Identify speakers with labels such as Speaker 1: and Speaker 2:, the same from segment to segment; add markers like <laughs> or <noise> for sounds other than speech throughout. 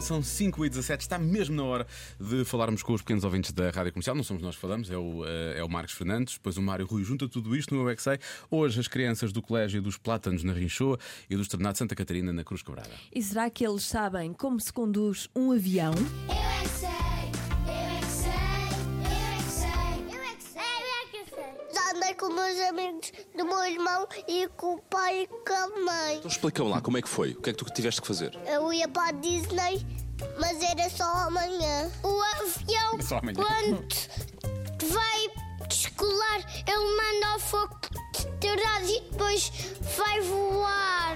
Speaker 1: São 5 e 17 está mesmo na hora de falarmos com os pequenos ouvintes da Rádio Comercial. Não somos nós que falamos, é o, eh, é o Marcos Fernandes, depois o Mário Rui junta tudo isto no Eu é Que Sei. Hoje as crianças do Colégio dos Plátanos na Rinchoa e do Esternado de Santa Catarina na Cruz Quebrada.
Speaker 2: E será que eles sabem como se conduz um avião?
Speaker 3: Eu é que sei, eu é que sei, eu é que sei, eu é que sei, eu é que sei. Já andei com meus amigos do meu irmão e com o pai e com a mãe.
Speaker 4: Então explica-me lá como é que foi, o que é que tu tiveste que fazer?
Speaker 3: Eu ia para a Disney, mas era só amanhã. O avião,
Speaker 1: É Só amanhã.
Speaker 3: quando vai descolar, ele manda o fogo dourado e depois vai voar.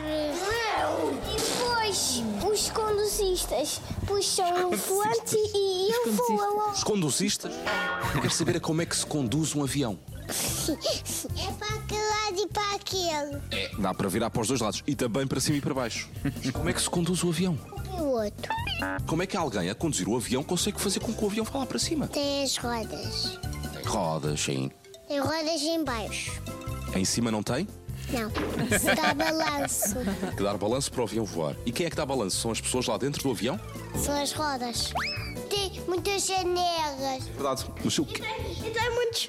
Speaker 3: E depois os conduzistas puxam o volante e eu
Speaker 2: conduzistas.
Speaker 3: vou ao <laughs>
Speaker 4: Os conduzistas? Eu quero saber é como é que se conduz um avião.
Speaker 3: É para aquele lado e para aquele.
Speaker 4: É, dá para virar para os dois lados e também para cima e para baixo. Mas como é que se conduz o avião?
Speaker 3: E o outro?
Speaker 4: Como é que alguém a conduzir o avião consegue fazer com que o avião vá lá para cima?
Speaker 3: Tem as rodas.
Speaker 4: Tem rodas, sim.
Speaker 3: Tem rodas em baixo.
Speaker 4: Em cima não tem?
Speaker 3: Não. Se dá balanço.
Speaker 4: Tem Que dar balanço para o avião voar. E quem é que dá balanço? São as pessoas lá dentro do avião?
Speaker 3: São as rodas. Tem muitas janelas.
Speaker 4: Verdade. Mas o que-
Speaker 3: E tem muitos,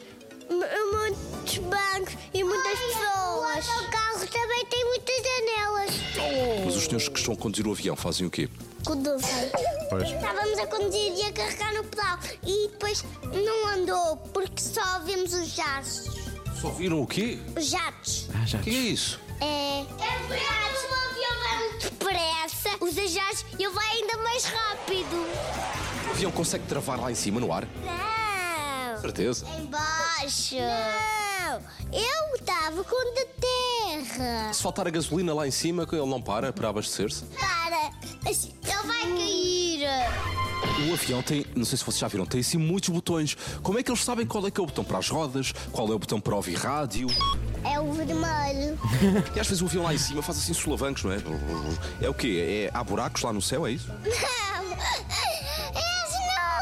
Speaker 3: muitos bancos e muitas pessoas. é O carro também tem muitas janelas.
Speaker 4: Mas os senhores que estão a conduzir o avião fazem o quê?
Speaker 3: Conduzem.
Speaker 1: Pois.
Speaker 3: Estávamos a conduzir e a carregar no pedal. E depois não andou porque só vimos os jatos.
Speaker 4: Só viram o quê?
Speaker 3: Os jatos.
Speaker 4: O que é isso?
Speaker 3: É. É verdade, o avião vai muito depressa, os ajados e ele vai ainda mais rápido.
Speaker 4: O avião consegue travar lá em cima no ar?
Speaker 3: Não!
Speaker 4: Certeza.
Speaker 3: Embaixo! Não! Eu estava com o da terra!
Speaker 4: Se faltar a gasolina lá em cima, ele não para para abastecer-se.
Speaker 3: Para! Assim, Ele vai cair!
Speaker 4: O avião tem, não sei se vocês já viram, tem assim muitos botões. Como é que eles sabem qual é que é o botão para as rodas, qual é o botão para ouvir rádio?
Speaker 3: É o vermelho.
Speaker 4: E às vezes o avião lá em cima faz assim solavancos, não é? É o quê? É, há buracos lá no céu, é isso?
Speaker 3: Não!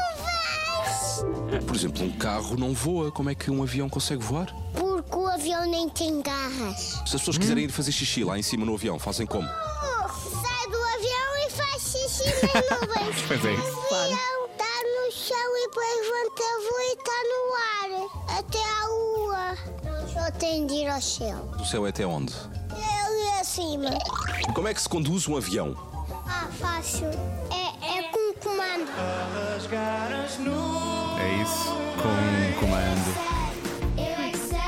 Speaker 3: As nuvens!
Speaker 4: Por exemplo, um carro não voa, como é que um avião consegue voar?
Speaker 3: Porque o avião nem tem garras.
Speaker 4: Se as pessoas quiserem ir fazer xixi lá em cima no avião, fazem como?
Speaker 3: Oh, Sai do avião e faz xixi <laughs> nas nuvens.
Speaker 1: Pois é.
Speaker 2: Claro.
Speaker 3: avião está no chão e depois levanta e está tá no ar até à lua. Só tem de ir ao céu.
Speaker 4: Do céu é até onde?
Speaker 3: Ali acima.
Speaker 4: Como é que se conduz um avião?
Speaker 3: Ah, fácil. É, é com comando.
Speaker 1: É isso, com um comando.
Speaker 3: Eu é que sei,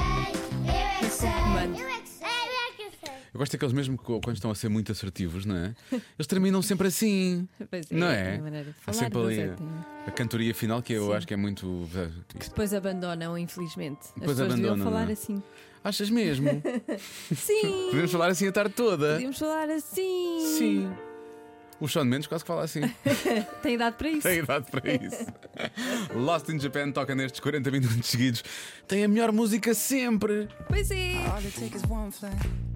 Speaker 3: eu é que sei.
Speaker 2: Comando.
Speaker 3: Eu é que sei, eu é que sei.
Speaker 1: Eu gosto daqueles mesmo que, quando estão a ser muito assertivos, não é? Eles terminam sempre assim.
Speaker 2: Pois é,
Speaker 1: não é?
Speaker 2: é uma maneira de
Speaker 1: Há
Speaker 2: falar,
Speaker 1: sempre ali né?
Speaker 2: mas é
Speaker 1: a, a cantoria final que eu acho que é muito.
Speaker 2: Depois abandonam, infelizmente. As
Speaker 1: Depois
Speaker 2: pessoas deviam
Speaker 1: abandonam,
Speaker 2: falar
Speaker 1: não é? <laughs>
Speaker 2: assim.
Speaker 1: Achas mesmo?
Speaker 2: Sim!
Speaker 1: Podemos falar assim a tarde toda.
Speaker 2: Podíamos falar assim!
Speaker 1: Sim. O Sean Mendes quase que fala assim.
Speaker 2: Tem idade para isso?
Speaker 1: Tem idade para isso. Lost in Japan toca nestes 40 minutos seguidos. Tem a melhor música sempre.
Speaker 2: Pois é!
Speaker 5: All it takes is one flame